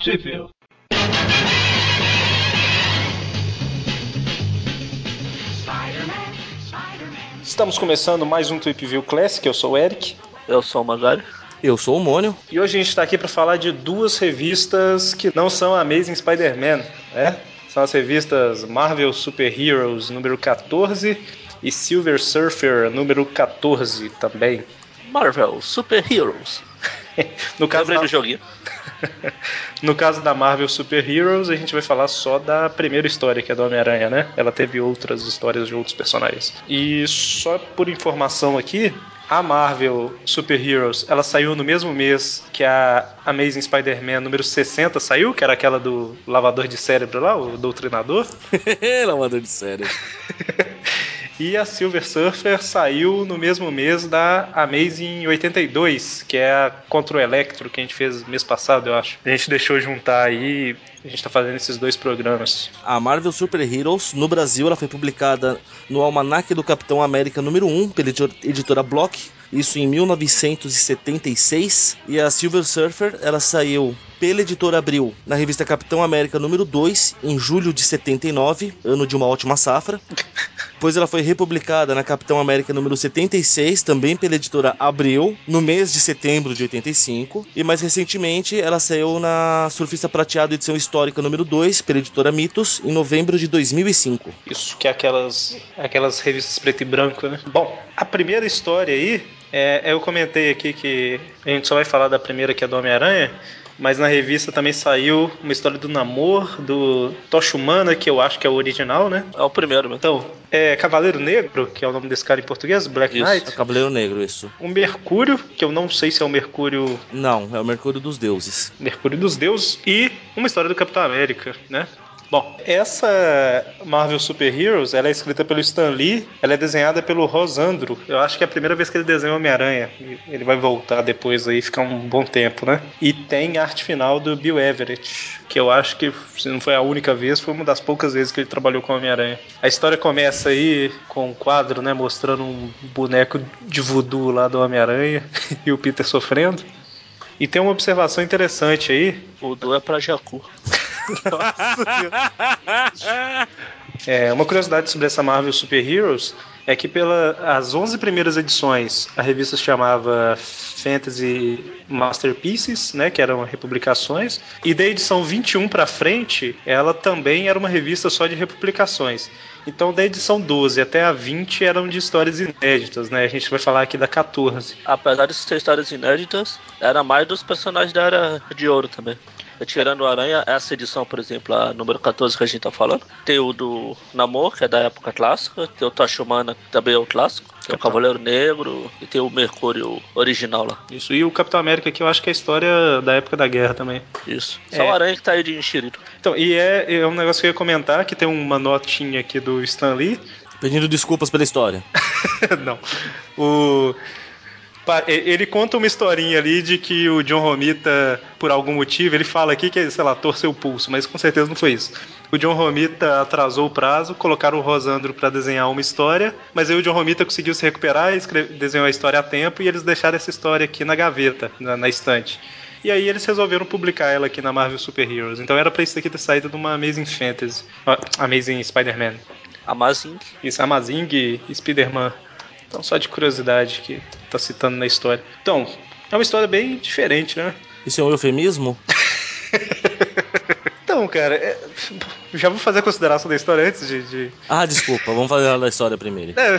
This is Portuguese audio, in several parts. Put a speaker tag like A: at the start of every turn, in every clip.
A: Tipo.
B: Estamos começando mais um Trip View Classic, eu sou o Eric.
C: Eu sou o Mazário.
D: Eu sou o Mônio.
B: E hoje a gente está aqui para falar de duas revistas que não são a Amazing Spider-Man, né? São as revistas Marvel Super Heroes número 14 e Silver Surfer número 14 também.
C: Marvel Super Heroes.
B: No caso,
C: Lembrei
B: da...
C: do joguinho.
B: no caso da Marvel Super Heroes, a gente vai falar só da primeira história, que é do Homem-Aranha, né? Ela teve outras histórias de outros personagens. E só por informação aqui, a Marvel Super Heroes, ela saiu no mesmo mês que a Amazing Spider-Man número 60 saiu, que era aquela do lavador de cérebro lá, o doutrinador.
D: Não mandou de sério.
B: E a Silver Surfer saiu no mesmo mês da Amazing 82, que é a contra o Electro que a gente fez mês passado, eu acho. A gente deixou juntar aí, a gente tá fazendo esses dois programas.
D: A Marvel Super Heroes, no Brasil, ela foi publicada no Almanac do Capitão América número 1, pela edi- editora Block, isso em 1976. E a Silver Surfer, ela saiu pela editora Abril, na revista Capitão América número 2, em julho de 79, ano de uma ótima safra. Depois ela foi republicada na Capitão América número 76, também pela editora Abril, no mês de setembro de 85. E mais recentemente ela saiu na Surfista Prateado edição histórica número 2, pela editora Mitos, em novembro de 2005.
B: Isso que é aquelas, aquelas revistas preto e branco, né? Bom, a primeira história aí, é, eu comentei aqui que a gente só vai falar da primeira que é do Homem-Aranha, mas na revista também saiu uma história do Namor, do Tocha Humana, que eu acho que é o original, né?
C: É o primeiro, meu.
B: Então, é Cavaleiro Negro, que é o nome desse cara em português, Black
C: Isso.
D: É o
B: Knight.
D: Cavaleiro Negro, isso.
B: O Mercúrio, que eu não sei se é o Mercúrio,
D: Não, é o Mercúrio dos Deuses.
B: Mercúrio dos Deuses, e uma história do Capitão América, né? Bom, essa Marvel Super Heroes, ela é escrita pelo Stan Lee, ela é desenhada pelo Rosandro. Eu acho que é a primeira vez que ele desenha o Homem-Aranha. E Ele vai voltar depois aí, ficar um bom tempo, né? E tem arte final do Bill Everett, que eu acho que, se não foi a única vez, foi uma das poucas vezes que ele trabalhou com o Homem-Aranha. A história começa aí com um quadro, né, mostrando um boneco de voodoo lá do Homem-Aranha e o Peter sofrendo. E tem uma observação interessante aí,
C: O Du é pra Jacu.
B: É, uma curiosidade sobre essa Marvel Super Heroes é que pelas 11 primeiras edições a revista se chamava Fantasy Masterpieces, né, que eram republicações, e da edição 21 para frente, ela também era uma revista só de republicações. Então da edição 12 até a 20 eram de histórias inéditas, né? A gente vai falar aqui da 14.
C: Apesar de ser histórias inéditas, era mais dos personagens da Era de Ouro também. Tirando o Aranha, essa edição, por exemplo, a número 14 que a gente tá falando, tem o do Namor, que é da época clássica, tem o Tachumana, que também é o clássico, tem o Cavaleiro Negro e tem o Mercúrio original lá.
B: Isso e o Capitão América que eu acho que é a história da época da guerra também.
C: Isso.
B: É.
C: Só o Aranha que tá aí de enxerido.
B: Então, e é, é um negócio que eu ia comentar, que tem uma notinha aqui do Stan Lee,
D: Pedindo desculpas pela história.
B: Não. O. pa- e- Ele conta uma historinha ali de que o John Romita, por algum motivo, ele fala aqui que, sei lá, torceu o pulso, mas com certeza não foi isso. O John Romita atrasou o prazo, colocaram o Rosandro pra desenhar uma história, mas aí o John Romita conseguiu se recuperar, escre- desenhou a história a tempo e eles deixaram essa história aqui na gaveta, na, na estante. E aí eles resolveram publicar ela aqui na Marvel Super Heroes. Então era pra isso aqui ter saído de uma Amazing Fantasy, ah, Amazing Spider-Man.
C: A Mazing
B: Isso, Amazing e Spider-Man. Então, só de curiosidade que tá citando na história. Então, é uma história bem diferente, né?
D: Isso é um eufemismo?
B: Então, cara, é- já vou fazer a consideração da história antes de. de...
D: Ah, desculpa, vamos falar da história primeiro.
B: É,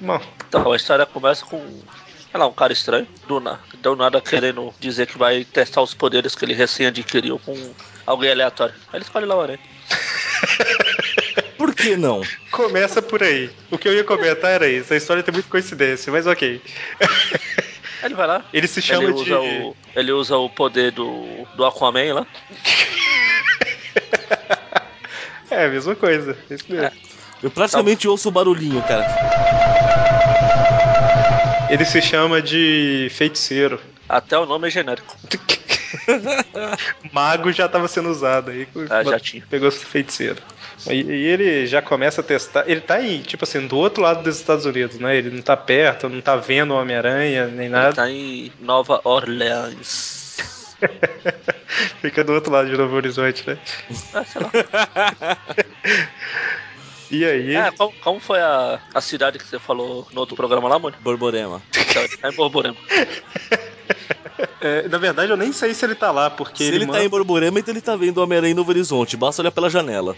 B: bom,
C: Então, a história começa com, sei lá, um cara estranho, do, na, do nada querendo dizer que vai testar os poderes que ele recém adquiriu com alguém aleatório. Aí ele escolhe lá o Aranha.
D: Por que não?
B: começa por aí. O que eu ia comentar era isso. A história tem muita coincidência, mas ok.
C: Aí ele vai lá,
B: Ele se chama
C: ele
B: de.
C: usa, o, ele usa o poder do, do Aquaman lá.
B: É a mesma coisa. é Isso mesmo.
D: Eu praticamente ouço o barulhinho, cara.
B: Ele se chama de feiticeiro.
C: Até o nome é genérico.
B: Mago já tava sendo usado aí.
C: Ah, já tinha.
B: Pegou esse feiticeiro. E, e ele já começa a testar. Ele tá aí, tipo assim, do outro lado dos Estados Unidos, né? Ele não tá perto, não tá É.
C: tá.
B: vendo o Homem-Aranha, nem
C: Ele
B: nada.
C: tá em Nova Orleans.
B: Fica do outro lado de Novo Horizonte, né?
C: Ah, sei lá.
B: E aí?
C: É, como, como foi a, a cidade que você falou no outro programa lá, Mônica?
D: Borborema.
C: É em Borborema.
B: É, na verdade, eu nem sei se ele tá lá, porque
D: Se ele, tá
B: manda-
D: em Borborema, então ele tá vendo o Homem-Aranha em Novo Horizonte. Basta olhar pela janela.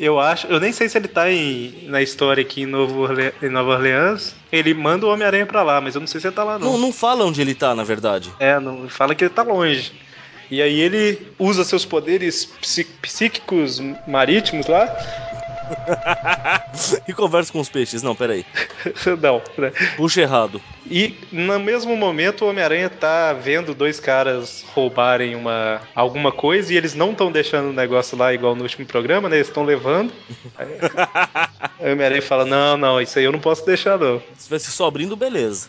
B: Eu acho, eu nem sei se ele tá em, na história aqui em, Novo Orle- em Nova Orleans. Ele manda o Homem-Aranha pra lá, mas eu não sei se ele tá lá, não.
D: Não, não fala onde ele tá, na verdade.
B: É, não, fala que ele tá longe. E aí ele usa seus poderes psi- psíquicos marítimos lá.
D: e conversa com os peixes. Não, peraí.
B: não, né?
D: Puxa errado.
B: E no mesmo momento o Homem-Aranha tá vendo dois caras roubarem uma alguma coisa e eles não estão deixando o negócio lá igual no último programa, né? Eles estão levando. Aí o Homem-Aranha fala: "Não, não, isso aí eu não posso deixar não".
D: Se tivesse só abrindo, beleza.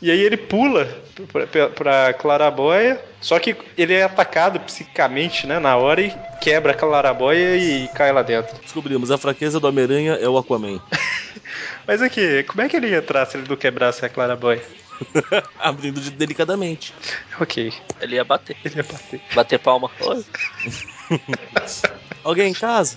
B: E aí ele pula pra, pra, pra claraboia, só que ele é atacado psicamente, né, na hora e quebra a claraboia e cai lá dentro.
D: Descobrimos, a fraqueza do Homem-Aranha é o Aquaman.
B: Mas aqui, como é que ele ia entrar se ele não quebrasse a claraboia?
D: abrindo de- delicadamente.
B: Ok,
C: Ele ia bater.
B: ele ia bater.
C: Bater palma. Oi.
D: Alguém em casa?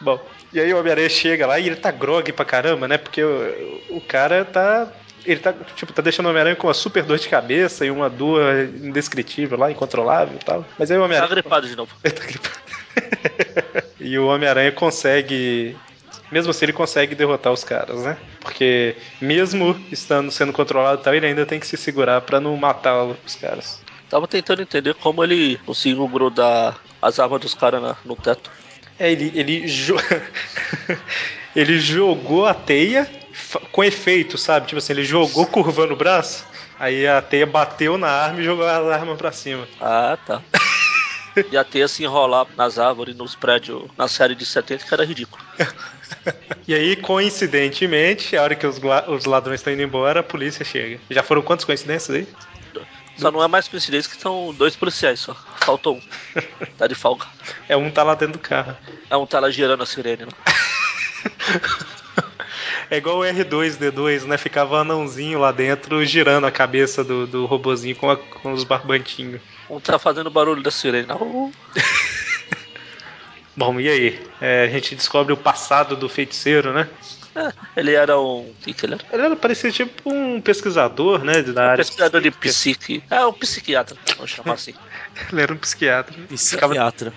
B: Bom, e aí o Homem-Aranha chega lá e ele tá grog pra caramba, né? Porque o, o cara tá. Ele tá, tipo, tá deixando o Homem-Aranha com uma super dor de cabeça e uma dor indescritível lá, incontrolável e tal. Mas aí o
C: Tá
B: Homem-Aranha.
C: gripado de novo.
B: Ele tá gripado. e o Homem-Aranha consegue. Mesmo assim, ele consegue derrotar os caras, né? Porque, mesmo estando sendo controlado e tal, ele ainda tem que se segurar pra não matar os caras.
C: Tava tentando entender como ele conseguiu grudar as armas dos caras na- no teto.
B: É, ele, ele, jo- ele jogou a teia fa- com efeito, sabe? Tipo assim, ele jogou curvando o braço, aí a teia bateu na arma e jogou a arma pra cima.
C: Ah, tá. E a teia se enrolar nas árvores, nos prédios, na série de 70, que era ridículo.
B: E aí, coincidentemente, a hora que os, gla- os ladrões estão indo embora, a polícia chega. Já foram quantas coincidências aí?
C: Só não é mais coincidência que são dois policiais só. Faltou um. Tá de folga.
B: É um tá lá dentro do carro.
C: É um tá lá girando a sirene, né?
B: É igual o R2D2, né? Ficava anãozinho lá dentro, girando a cabeça do, do robozinho com, a- com os barbantinhos.
C: Um tá fazendo barulho da sirene. Ah, uh, Au.
B: Bom, e aí? É, a gente descobre o passado do feiticeiro, né?
C: É, ele era um. O que que ele era?
B: Ele era, parecia tipo um pesquisador, né? Da área.
C: Um Pesquisador de psique. É, um psiquiatra, vamos chamar assim.
B: Ele era um psiquiatra. Ficava,
D: Psiquiatra.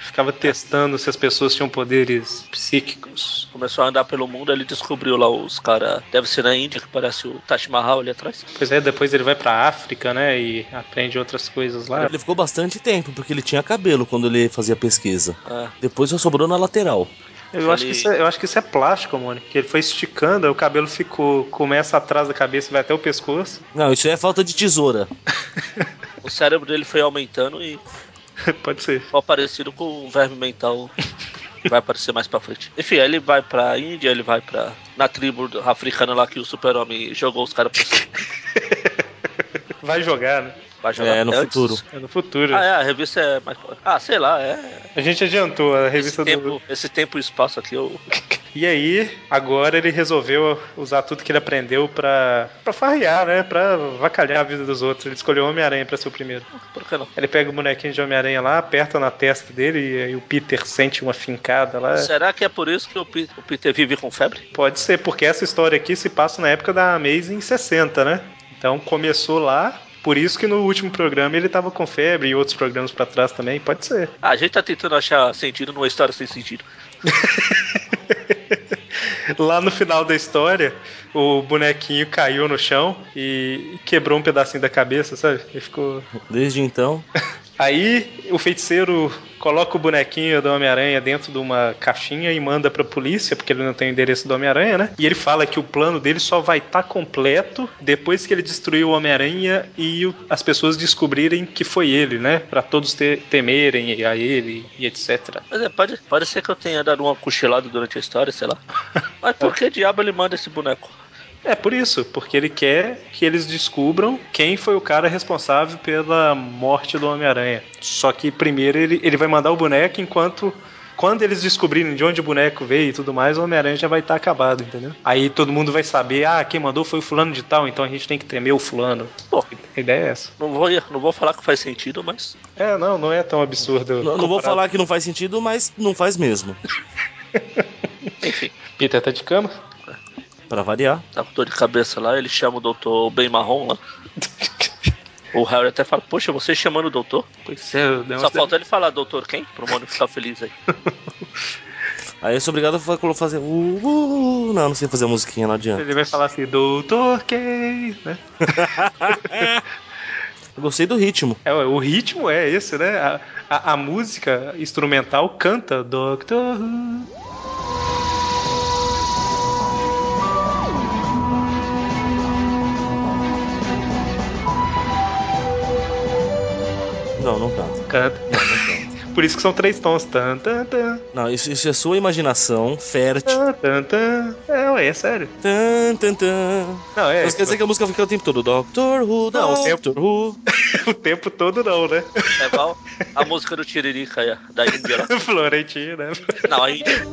B: ficava testando se as pessoas tinham poderes psíquicos.
C: Começou a andar pelo mundo, ele descobriu lá os caras. Deve ser na Índia, que parece o Taj Mahal ali atrás.
B: Pois é, depois ele vai pra África, né? E aprende outras coisas lá.
D: Ele ficou bastante tempo, porque ele tinha cabelo quando ele fazia pesquisa.
C: É,
D: Depois só sobrou na lateral.
B: Eu acho, que isso é, eu acho que isso é plástico, Mônica. Que ele foi esticando, aí o cabelo ficou. Começa atrás da cabeça e vai até o pescoço.
D: Não, isso é falta de tesoura.
C: o cérebro dele foi aumentando e
B: Pode ser.
C: ficou parecido com o verme mental. Vai aparecer mais pra frente. Enfim, aí ele vai pra Índia, ele vai pra. Na tribo do- africana lá que o super-homem jogou os caras pra cima.
B: Vai jogar, né?
C: Vai jogar
D: É, no
C: antes.
D: futuro.
B: É no futuro.
C: Ah, é, a revista é mais. Ah, sei lá, é.
B: A gente adiantou a
C: Esse
B: revista do.
C: tempo, esse tempo e espaço aqui eu
B: E aí, agora ele resolveu usar tudo que ele aprendeu pra, pra farrear, né? Pra vacalhar a vida dos outros. Ele escolheu o Homem-Aranha pra ser o primeiro.
C: Por que não?
B: Ele pega o bonequinho de Homem-Aranha lá, aperta na testa dele e aí o Peter sente uma fincada lá.
C: Será que é por isso que o, Pe- o Peter vive com febre?
B: Pode ser, porque essa história aqui se passa na época da Amazing 60, né? Então começou lá, por isso que no último programa ele tava com febre e outros programas pra trás também. Pode ser.
C: Ah, a gente tá tentando achar sentido numa história sem sentido.
B: Lá no final da história, o bonequinho caiu no chão e quebrou um pedacinho da cabeça, sabe? Ele ficou.
D: Desde então,
B: Aí o feiticeiro coloca o bonequinho do Homem-Aranha dentro de uma caixinha e manda pra polícia, porque ele não tem o endereço do Homem-Aranha, né? E ele fala que o plano dele só vai estar completo depois que ele destruiu o Homem-Aranha e o- as pessoas descobrirem que foi ele, né? Pra todos te- temerem a ele e etc.
C: Mas é, pode, pode ser que eu tenha dado uma cochilada durante a história, sei lá. Mas por que diabo ele manda esse boneco?
B: É por isso, porque ele quer que eles descubram quem foi o cara responsável pela morte do Homem-Aranha. Só que primeiro ele, ele vai mandar o boneco enquanto quando eles descobrirem de onde o boneco veio e tudo mais, o Homem-Aranha já vai estar tá acabado, entendeu? Aí todo mundo vai saber, ah, quem mandou foi o fulano de tal, então a gente tem que temer o fulano.
C: Pô,
B: a ideia é essa.
C: Não vou, não vou falar que faz sentido, mas.
B: É, não, não é tão absurdo.
D: Não, não vou falar que não faz sentido, mas não faz mesmo.
C: Enfim,
B: Peter tá de cama?
D: Pra variar.
C: tá com dor de cabeça lá, ele chama o doutor bem marrom lá. O Harry até fala, poxa, você chamando o doutor?
B: Pois é, eu dei
C: Só
B: umas-
C: falta ele falar doutor quem? Pro Mônio ficar feliz aí.
D: Aí eu sou obrigado a fa- fazer. Uh, uh, uh. não, não sei fazer a musiquinha, não adianta.
B: Ele vai falar assim, doutor quem? Né?
D: Eu gostei do ritmo.
B: É, ué, o ritmo é esse, né? A, a- a música instrumental canta Doctor Who.
D: Não, não tá. canta.
B: Canta. Por isso que são três tons. Tan, tan, tan,
D: Não, isso, isso é sua imaginação fértil.
B: tan, tan, tan. É, ué, é sério.
D: Tan, tan, tan.
B: Não, é.
D: Mas quer dizer que a música fica o tempo todo. Doctor Who,
B: Não, é o
D: Doctor Who.
B: O tempo todo não, né?
C: É igual a música do Tiririca aí, da Índia lá.
B: Florentino, né?
C: Não, a Índia.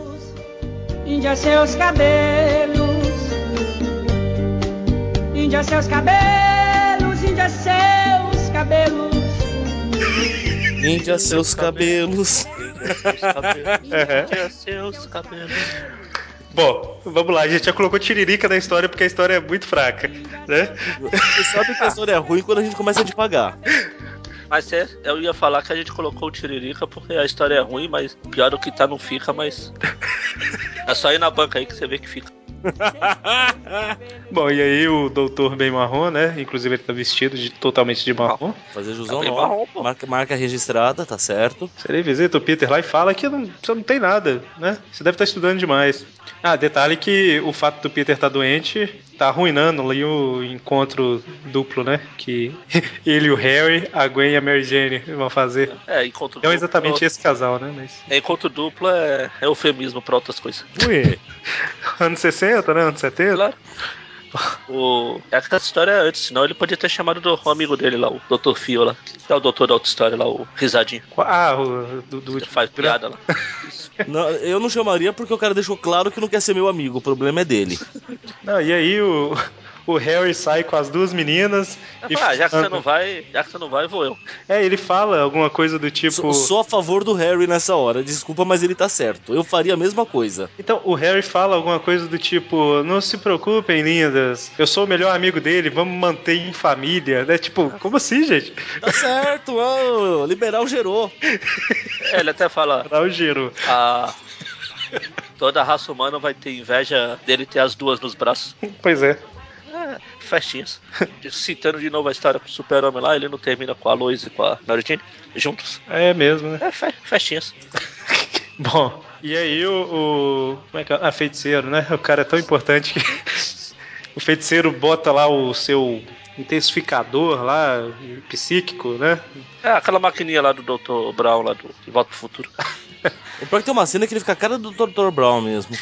A: Índia seus cabelos, Índia seus cabelos, Índia seus cabelos.
D: Índia, seus cabelos.
C: Índia, seus cabelos.
B: Bom, vamos lá. A gente já colocou tiririca na história porque a história é muito fraca, né?
D: Você sabe que a história é ruim quando a gente começa a devagar.
C: Mas é, eu ia falar que a gente colocou o Tiririca porque a história é ruim, mas pior do que tá não fica, mas. É só ir na banca aí que você vê que fica.
B: Bom, e aí o doutor bem marrom, né? Inclusive ele tá vestido de- totalmente de marrom.
D: Fazer Jusão
C: Tá bem
D: nova.
C: marrom, pô.
D: Marca, marca registrada, tá certo.
B: Se ele visita o Peter lá e fala que não, você não tem nada, né? Você deve estar estudando demais. Ah, detalhe que o fato do Peter estar doente tá arruinando ali o encontro duplo, né? Que ele, o Harry, a Gwen e a Mary Jane vão fazer.
C: É, encontro
B: Não exatamente
C: duplo.
B: esse casal, né? Mas.
C: É, Encontro duplo é, é eufemismo pra outras coisas.
D: Ui.
B: Anos 60, né? Anos 70?
C: Claro. O... É que essa história é antes, senão ele podia ter chamado do o amigo dele lá, o Dr. Fio lá. Que é o doutor da outra história lá, o Risadinho.
B: Qua- Ah, o, do, do
C: Ele
B: último.
C: faz piada lá.
D: Não, eu não chamaria porque o cara deixou claro que não quer ser meu amigo. O problema é dele.
B: Não, e aí o, o Harry sai com as duas meninas.
C: Ele
B: e
C: fala, ah, já que você
B: fala-
C: não vai, já que você não vai, vou eu.
B: É, ele fala alguma coisa do tipo.
D: Sou, sou a favor do Harry nessa hora. Desculpa, mas ele tá certo. Eu faria a mesma coisa.
B: Então, o Harry fala alguma coisa do tipo: Não se preocupem, lindas, eu sou o melhor amigo dele, vamos manter em família. Né? Tipo, como assim, gente?
D: Tá certo, ô, liberal gerou.
C: É, ele até fala,
B: Dá o giro.
C: ah, toda a raça humana vai ter inveja dele ter as duas nos braços.
B: Pois é.
C: É, festinhas. Citando de novo a história com o super-homem lá, ele não termina com a Lois e com a Mary Jane, juntos.
B: É mesmo, né?
C: É, fe- festinhas.
B: Bom, e aí o. o- como é que é? Ah, feiticeiro, né? O cara é tão importante que. o feiticeiro bota lá o seu intensificador lá, psíquico, né?
C: É, aquela maquininha lá do Dr. Brown lá do De Volta pro Futuro.
D: O pior é que tem uma cena que ele fica a cara do Dr. Brown mesmo.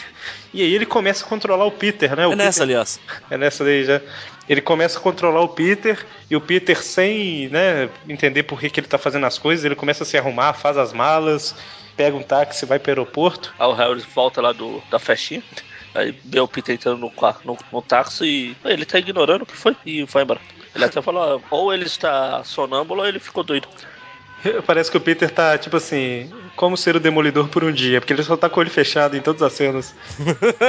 B: E aí ele começa a controlar o Peter, né? O
D: É nessa,
B: Peter-
D: aliás.
B: É nessa daí já. Ele começa a controlar o Peter e o Peter, sem né, entender por que, que ele tá fazendo as coisas, ele começa a se arrumar, faz as malas, pega um táxi, vai pro aeroporto.
C: Aí o Harry volta lá do, da festinha. Aí vê o Peter entrando no, qua- no, no táxi e ele tá ignorando o que foi e vai embora. Ele até fala, ó, ou ele está sonâmbulo ou ele ficou doido.
B: Parece que o Peter tá, tipo assim, como ser o demolidor por um dia, porque ele só tá com o olho fechado em todas as cenas.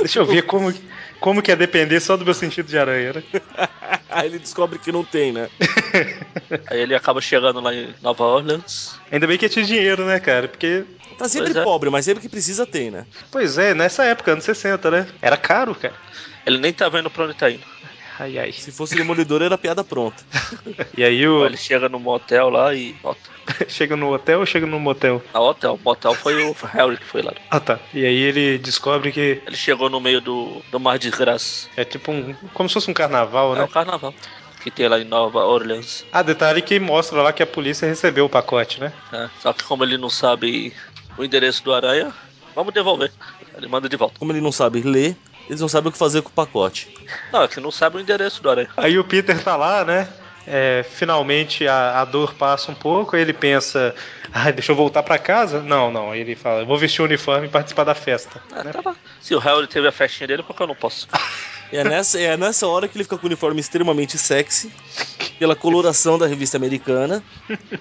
B: Deixa eu ver como, como que é depender só do meu sentido de aranha, né?
D: Aí ele descobre que não tem, né?
C: Aí ele acaba chegando lá em Nova Orleans.
B: Ainda bem que tinha dinheiro, né, cara? Porque.
D: Tá sempre
C: Pois é.
D: pobre, mas sempre que precisa tem, né?
B: Pois é, nessa época, anos 60, né? Era caro, cara.
C: Ele nem tá vendo pra onde tá indo.
B: Ai, ai.
D: Se fosse demolidor, era piada pronta.
B: E aí o.
C: Aí ele chega no motel lá e volta.
B: Chega no hotel ou chega no motel?
C: Ah, hotel. Motel foi o Harry que foi lá.
B: Ah tá. E aí ele descobre que
C: Ele chegou no meio do, do mar de desgraça.
B: é tipo um. como se fosse um carnaval,
C: É o
B: né?
C: carnaval que tem lá em Nova Orleans.
B: Ah, detalhe que mostra lá que a polícia recebeu o pacote, né?
C: né? Só que como ele não sabe o endereço do Aranha, vamos devolver. Ele manda de volta.
D: Como ele não sabe ler, eles não sabem o que fazer com o pacote.
C: Não, é que não sabe o endereço do Aranha.
B: Aí o Peter tá lá, né? É, finalmente a, a dor passa um pouco, aí ele pensa, ah, deixa eu voltar pra casa? Não, não. Aí ele fala, eu vou vestir o uniforme e participar da festa.
C: Ah, tá lá. Se o Harry teve a festinha dele, por que eu não posso?
D: E é nessa, é nessa hora que ele fica com o uniforme extremamente sexy, pela coloração da revista americana,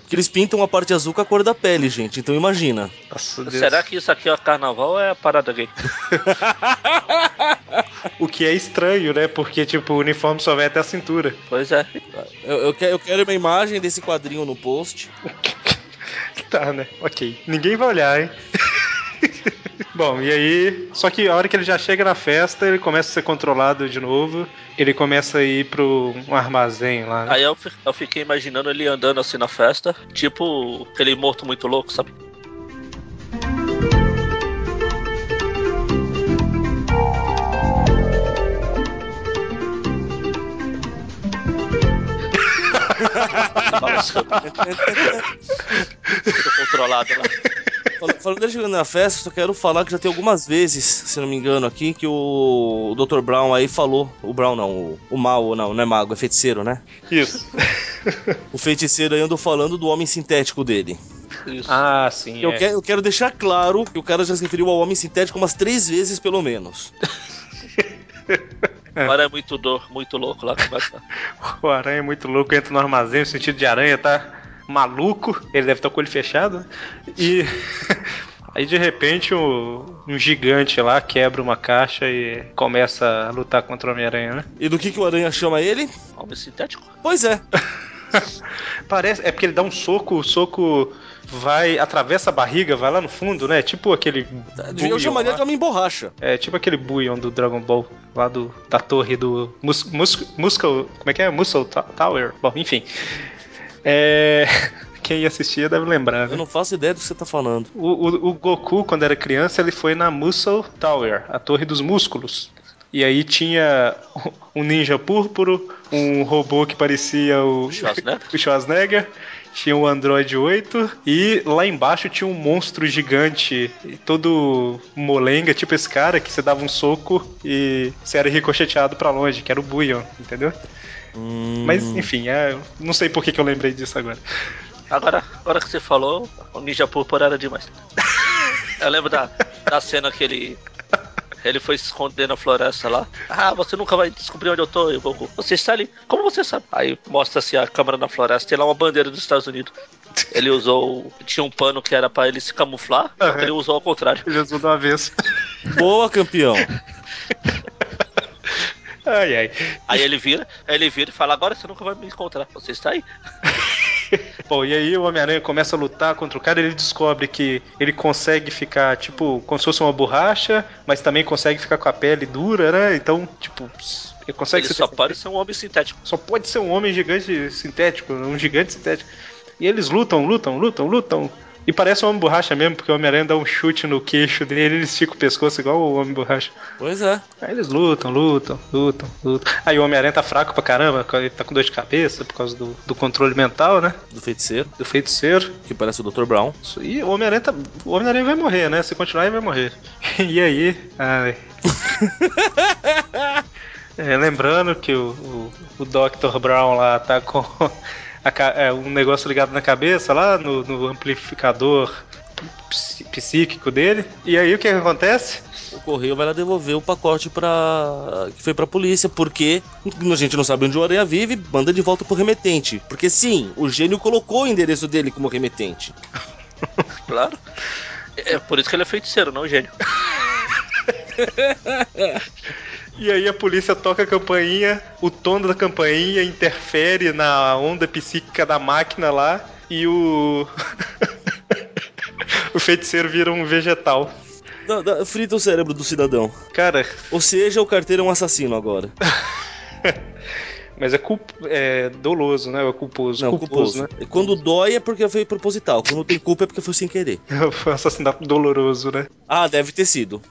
D: que eles pintam a parte azul com a cor da pele, gente. Então imagina.
B: Nossa, Deus.
C: Será que isso aqui é carnaval ou é a parada gay?
B: O que é estranho, né? Porque, tipo, o uniforme só vai até a cintura.
C: Pois é.
D: Eu, eu que- eu quero uma imagem desse quadrinho no post.
B: Tá, né? Ok. Ninguém vai olhar, hein? Bom, e aí. Só que a hora que ele já chega na festa, ele começa a ser controlado de novo. Ele começa a ir pro um armazém lá. Né?
C: Aí eu, fi- eu fiquei imaginando ele andando assim na festa, tipo aquele morto muito louco, sabe? Balançando. Tudo controlado, né?
D: Fal- Falando dele chegando na festa, só quero falar que já tem algumas vezes, se não me engano, aqui, que o Dr. Brown aí falou. O Brown não, o, o mal não, não é mago, é feiticeiro, né?
B: Isso.
D: O feiticeiro aí andou falando do homem sintético dele.
C: Isso.
B: ah, sim.
D: Eu,
B: é.
D: que- eu quero deixar claro que o cara já se referiu ao homem sintético umas três vezes, pelo menos.
C: Agora é muito dor, muito louco lá. Começa.
B: O aranha é muito louco, entra no armazém, o sentido de aranha tá maluco. Ele deve estar com o olho fechado. né? E. Aí de repente o- um gigante lá quebra uma caixa e começa a lutar contra o Homem-Aranha, né?
D: E do que, que o Aranha chama ele?
C: Homem sintético?
D: Pois é,
B: Parece, é porque ele dá um soco, o soco vai, atravessa a barriga, vai lá no fundo, né? Tipo aquele.
D: eu
B: Buion
D: chamaria
B: lá.
D: de homem borracha.
B: É tipo aquele Buion do Dragon Ball, lá do, da torre do. Mus, mus, muscle. Como é que é? Muscle Ta- Tower. Bom, enfim. É. Quem assistia deve lembrar,
D: Eu
B: né?
D: não faço ideia do que você tá falando.
B: O, o- o Goku, quando era criança, ele foi na Muscle Tower, a torre dos músculos. E aí tinha um ninja púrpuro, um robô que parecia o,
C: Schwarzenegger.
B: o Schwarzenegger, tinha o Android 8 e lá embaixo tinha um monstro gigante, todo molenga, tipo esse cara que você dava um soco e você era ricocheteado pra longe, que era o Buion, entendeu? Mas enfim, é, eu não sei por que, que eu lembrei disso agora.
C: Agora, agora que você falou, o Ninja Púrpura era demais. Eu lembro da, da cena que ele. Ele foi se esconder na floresta lá. Ah, você nunca vai descobrir onde eu tô, eu Goku. Você está ali? Como você sabe? Aí mostra-se a câmera na floresta. Tem lá uma bandeira dos Estados Unidos. Ele usou. Tinha um pano que era pra ele se camuflar. só que Ele usou ao contrário.
B: Jesus de uma vez.
D: Boa, campeão.
B: Ai, ai.
C: Aí ele vira, aí ele vira e fala: Agora você nunca vai me encontrar. Você está aí?
B: Bom, e aí o Homem-Aranha começa a lutar contra o cara, ele descobre que ele consegue ficar, tipo, como se fosse uma borracha, mas também consegue ficar com a pele dura, né? Então, tipo, ele consegue
C: Ele
B: se
C: só pode ser um homem sintético.
B: só pode ser um homem gigante sintético, um gigante sintético. E eles lutam, lutam, lutam, lutam. E parece um homem borracha mesmo, porque o Homem-Aranha dá um chute no queixo dele, ele estica o pescoço igual o homem borracha.
D: Pois é.
B: Aí eles lutam, lutam, lutam, lutam. Aí o Homem-Aranha tá fraco pra caramba, ele tá com dor de cabeça por causa do, do controle mental, né?
D: Do feiticeiro,
B: Do feiticeiro.
D: que parece o Dr. Brown.
B: Isso, E o Homem-Aranha tá- o Homem-Aranha vai morrer, né? Se continuar, ele vai morrer. E aí. ai. É, lembrando que o, o, o Dr. Brown lá tá com a ca- é, um negócio ligado na cabeça, lá no, no amplificador psí- psíquico dele. E aí o que, que acontece?
D: O correio vai lá devolver o pacote pra. que foi pra polícia, porque a gente não sabe onde o Aranha vive, manda de volta pro remetente. Porque sim, o gênio colocou o endereço dele como remetente.
C: Claro. É por isso que ele é feiticeiro, não gênio.
B: E aí a polícia toca a campainha, o tom da campainha interfere na onda psíquica da máquina lá e o. o feiticeiro vira um vegetal.
D: Da- da- frita o cérebro do cidadão.
B: Cara,
D: Ou seja, o carteiro é um assassino agora.
B: mas é, culp... é doloso, né? É culposo. Né?
D: Não, culposo. E Quando dói é porque foi proposital. Quando tem culpa é porque foi sem querer.
B: né? Foi um assassinato doloroso, né?
D: Ah, deve ter sido.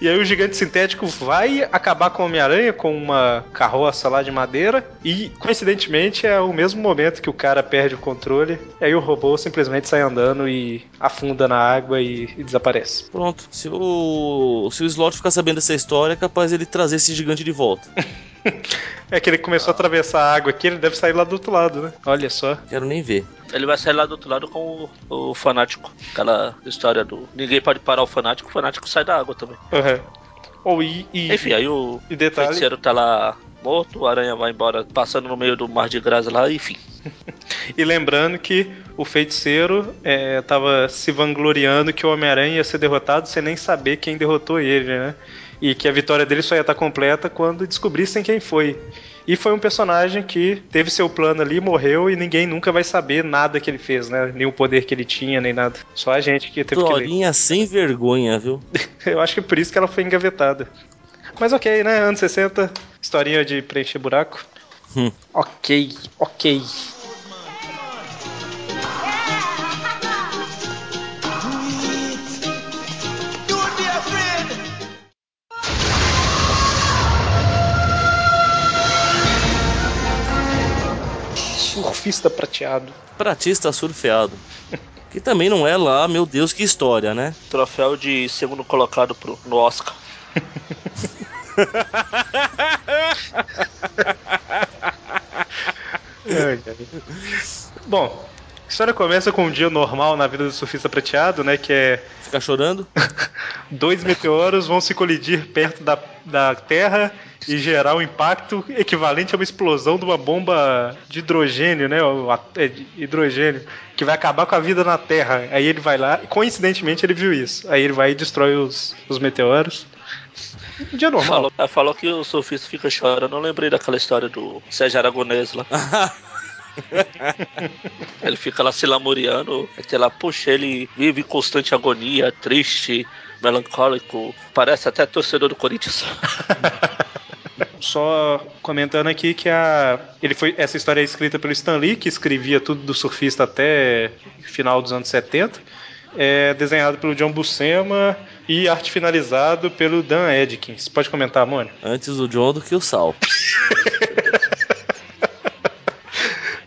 B: E aí o gigante sintético vai acabar com o Homem-Aranha com uma carroça lá de madeira. E, coincidentemente, é o mesmo momento que o cara perde o controle. E aí o robô simplesmente sai andando e afunda na água e, e desaparece.
D: Pronto. Se o. Se o Slot ficar sabendo dessa história, é capaz ele trazer esse gigante de volta.
B: É que ele começou a atravessar a água aqui, ele deve sair lá do outro lado, né? Olha só.
D: Quero nem ver.
C: Ele vai sair lá do outro lado com o, o fanático. Aquela história do. Ninguém pode parar o fanático, o fanático sai da água também.
B: Uhum. Ou e, e-
C: Enfim, aí o
B: e detalhe,
C: feiticeiro tá lá morto, o aranha vai embora, passando no meio do mar de graça lá, enfim.
B: E lembrando que o feiticeiro é, tava se vangloriando que o Homem-Aranha ia ser derrotado sem nem saber quem derrotou ele, né? E que a vitória dele só ia estar completa quando descobrissem quem foi. E foi um personagem que teve seu plano ali, morreu e ninguém nunca vai saber nada que ele fez, né? Nem o poder que ele tinha, nem nada. Só a gente que teve que ler.
D: Florinha sem vergonha, viu?
B: Eu acho que por isso que ela foi engavetada. Mas ok, né? Anos 60, historinha de preencher buraco.
D: Hum.
B: Ok, ok. Surfista prateado.
D: Pratista surfeado. Que também não é lá, meu Deus, que história, né?
C: Troféu de segundo colocado pro, no Oscar.
B: Ai, ai. Bom, a história começa com um dia normal na vida do surfista prateado, né? Que é
D: Ficar chorando?
B: dois meteoros vão se colidir perto da, da Terra e gerar um impacto equivalente a uma explosão de uma bomba de hidrogênio, né? o- a- é, de Hidrogênio, que vai acabar com a vida na Terra. Aí ele vai lá, e coincidentemente ele viu isso. Aí ele vai e destrói os, os meteoros. Um dia normal.
C: Falou, ela falou que o surfista fica chorando. Eu lembrei daquela história do Sérgio Aragonês lá. ele fica lá se lamuriando. Sei lá, puxa, ele vive em constante agonia, triste, melancólico. Parece até torcedor do Corinthians.
B: Só comentando aqui que a ele foi essa história é escrita pelo Stan Lee, que escrevia tudo do surfista até final dos anos 70. É desenhado pelo John Buscema e arte finalizado pelo Dan Edkins. Pode comentar, Mônio?
D: Antes o John do que o Sal.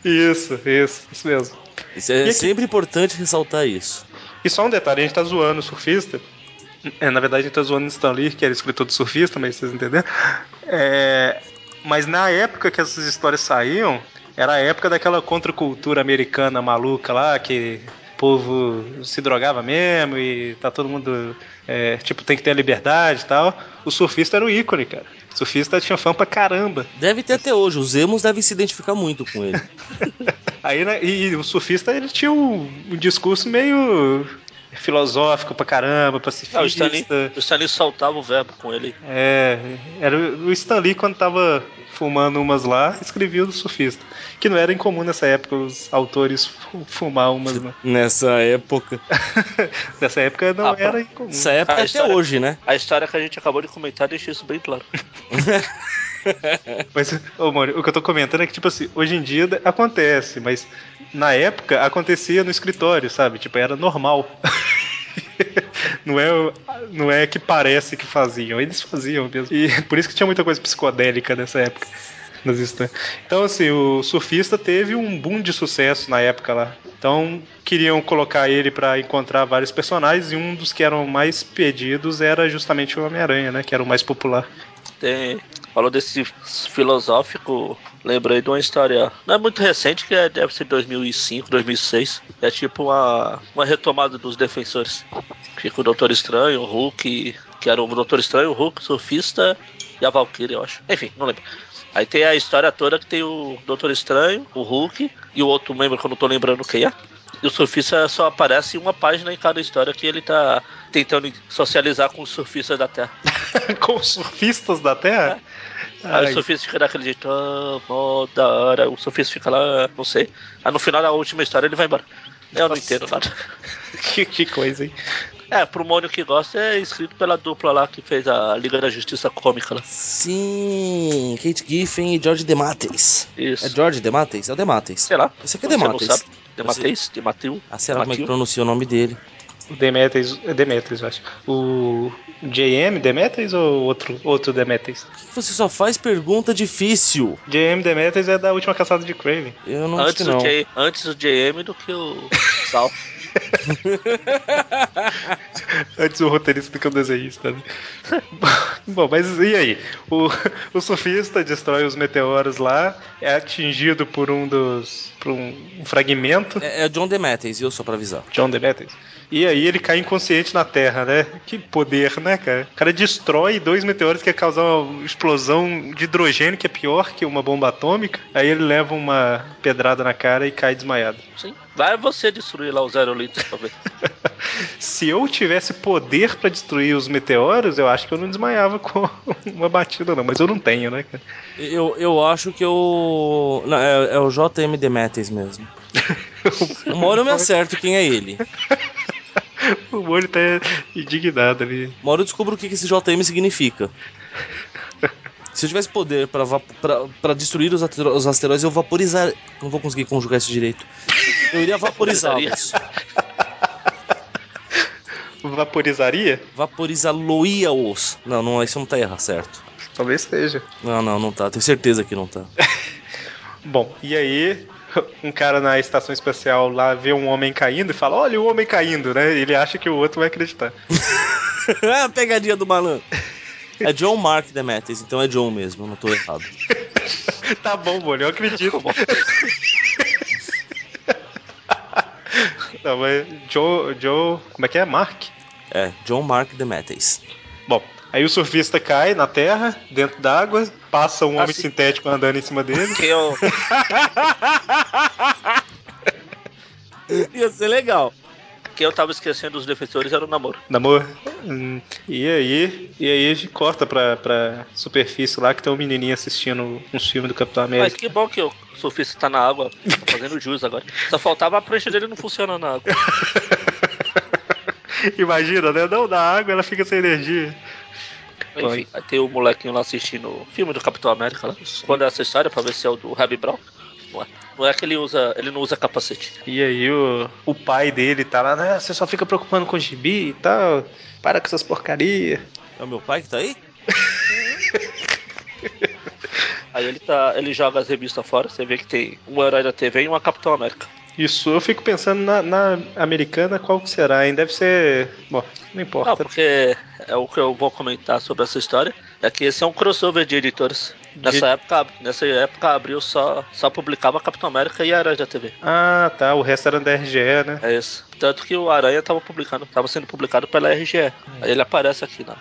B: Isso, isso, isso mesmo.
D: Isso
B: E
D: é
B: aqui-
D: sempre importante ressaltar isso.
B: E só um detalhe, a gente tá zoando o surfista. É, na verdade, a gente tá zoando o Stan Lee, que era escritor do surfista, mas vocês entenderam. É, mas na época que essas histórias saíam, era a época daquela contracultura americana maluca lá, que o povo se drogava mesmo e tá todo mundo. é, tipo, tem que ter a liberdade e tal. O surfista era o ícone, cara. O surfista tinha fã pra caramba.
D: Deve ter até hoje, os emos devem se identificar muito com ele.
B: Aí, né, e, e o surfista ele tinha um, um discurso meio filosófico pra caramba, pacifista.
C: Não, o Stanley, o Stanley soltava o verbo com ele.
B: É, era o Stan Lee quando tava fumando umas lá, escrevia do surfista. Que não era incomum nessa época os autores fu- fumar umas, né?
D: Nessa época.
B: Nessa época não
C: Ah, pô.
B: era incomum.
D: Essa época
C: Ah,
D: até
C: história-
D: hoje, né?
C: A história que a gente acabou de comentar deixa isso bem claro.
B: Mas, ô, Mauro, o que eu tô comentando é que, tipo assim, hoje em dia acontece, mas na época acontecia no escritório, sabe? Tipo, era normal. Não é, o- não é que parece que faziam, eles faziam mesmo. E por isso que tinha muita coisa psicodélica nessa época. nas histórias. Então, assim, o surfista teve um boom de sucesso na época lá. Então, queriam colocar ele pra encontrar vários personagens e um dos que eram mais pedidos era justamente o Homem-Aranha, né? Que era o mais popular.
C: Tem, falou desse filosófico, lembrei de uma história, não é muito recente, que é, deve ser 2005, 2006. É tipo uma, uma retomada dos defensores. Fica o Doutor Estranho, o Hulk, que era o Doutor Estranho, o Hulk, o surfista e a Valkyrie, eu acho. Enfim, não lembro. Aí tem a história toda que tem o Doutor Estranho, o Hulk e o outro membro que eu não tô lembrando quem é. E o surfista só aparece em uma página em cada história que ele tá tentando socializar com os surfistas da Terra.
B: Com os surfistas da Terra?
C: Aí
B: Ai,
C: o surfista fica daquele jeito, ah, mó da hora. O surfista fica lá, não sei. Aí no final da última história ele vai embora. Eu não entendo nada.
B: que, que coisa, hein?
C: É, pro Mônio que gosta é escrito pela dupla lá que fez a Liga da Justiça Cômica lá.
D: Sim, Kate Giffen e George Demates.
C: Isso.
D: É George Demates? É o Demates.
C: Sei lá.
D: Esse aqui é
C: Você não
D: Demates.
C: sabe? Tá Demateis? Dematiu?
D: Ah, sei lá como é que
C: Matil?
D: pronuncia o nome dele.
B: O Demetrius, é Demetrius, eu acho. O JM Demetrius ou outro, outro Demetrius?
D: Por que você só faz pergunta difícil?
B: JM Demetrius é da última caçada de Craven.
D: Eu não acho que
C: Antes o,
D: não.
C: J, antes o JM do que o Sal.
B: Antes o roteirista do que o desenhista. Né? Bom, mas e aí? O, o surfista destrói os meteoros lá, é atingido por um dos. por um, um fragmento.
D: É, é John Demetes, viu? Só pra avisar.
B: John Demetrius. E aí ele cai inconsciente na Terra, né? Que poder, né, cara? O cara destrói dois meteoros que ia causar uma explosão de hidrogênio, que é pior que uma bomba atômica. Aí ele leva uma pedrada na cara e cai desmaiado.
C: Sim. Vai você destruir lá os aerolitos, talvez.
B: Se eu tivesse poder pra destruir os meteoros, eu acho que eu não desmaiava com uma batida, não. Mas eu não tenho, né, cara?
D: Eu, eu acho que eu. Não, é, é o JM Demetes mesmo. Uma hora eu me acerto quem é ele.
B: o Mori tá indignado ali.
D: Uma hora eu descubro o que que esse JM significa. Se eu tivesse poder pra va- pra pra destruir os, atero- os asteroides, eu vaporizar. Não vou conseguir conjugar isso direito. Eu iria vaporizá-los.
B: Vaporizaria?
D: Vaporizá-los. Não, não, isso não tá errado, certo.
B: Talvez seja.
D: Não, não, não tá. Tenho certeza que não tá.
B: Bom, e aí um cara na estação espacial lá vê um homem caindo e fala: Olha o homem caindo, né? Ele acha que o outro vai acreditar.
D: Pegadinha do malandro. É John Mark Demetes, então é John mesmo, eu não tô errado.
B: tá bom, Mori, eu acredito. Não, mas Joe, Joe. Como é que é? Mark?
D: É, John Mark Demetes.
B: Bom, aí o surfista cai na terra, dentro d'água, passa um homem
C: Assim.
B: sintético andando em cima dele.
C: Que eu...
D: Ia ser legal.
C: que eu tava esquecendo dos defensores era o namoro.
B: Namor. hum, E aí, e aí a gente corta pra, pra superfície lá que tem um menininho assistindo um filme do Capitão
C: Mas
B: América.
C: que bom que o surfista tá na água, tá fazendo jus agora. Só faltava a prancha dele não funcionar na água.
B: Imagina, né? Não, na água ela fica sem energia.
C: Enfim, aí tem o molequinho lá assistindo o filme do Capitão América lá. Quando é essa história pra ver se é o do Rabi Brown. Não é. Não é que ele usa. ele não usa capacete.
B: E aí o, o pai dele tá lá, né? Você só fica preocupando com o gibi e tal. Para com essas porcarias.
D: É o meu pai que tá aí?
C: Aí ele tá. ele joga as revistas fora, você vê que tem um herói da TV e uma Capitão América.
B: Isso, eu fico pensando na, na americana, qual que será, hein? Deve ser. Bom, não
C: Não,
B: importa.
C: Ah, porque é o que eu vou comentar sobre essa história é que esse é um crossover de editores. Nessa época, nessa época a abril só, só publicava Capitão América e Herói da TV.
B: Ah, tá. O resto era da RGE, né?
C: É isso. Tanto que o Aranha tava publicando, tava sendo publicado pela RGE. Aí ele aparece aqui, né?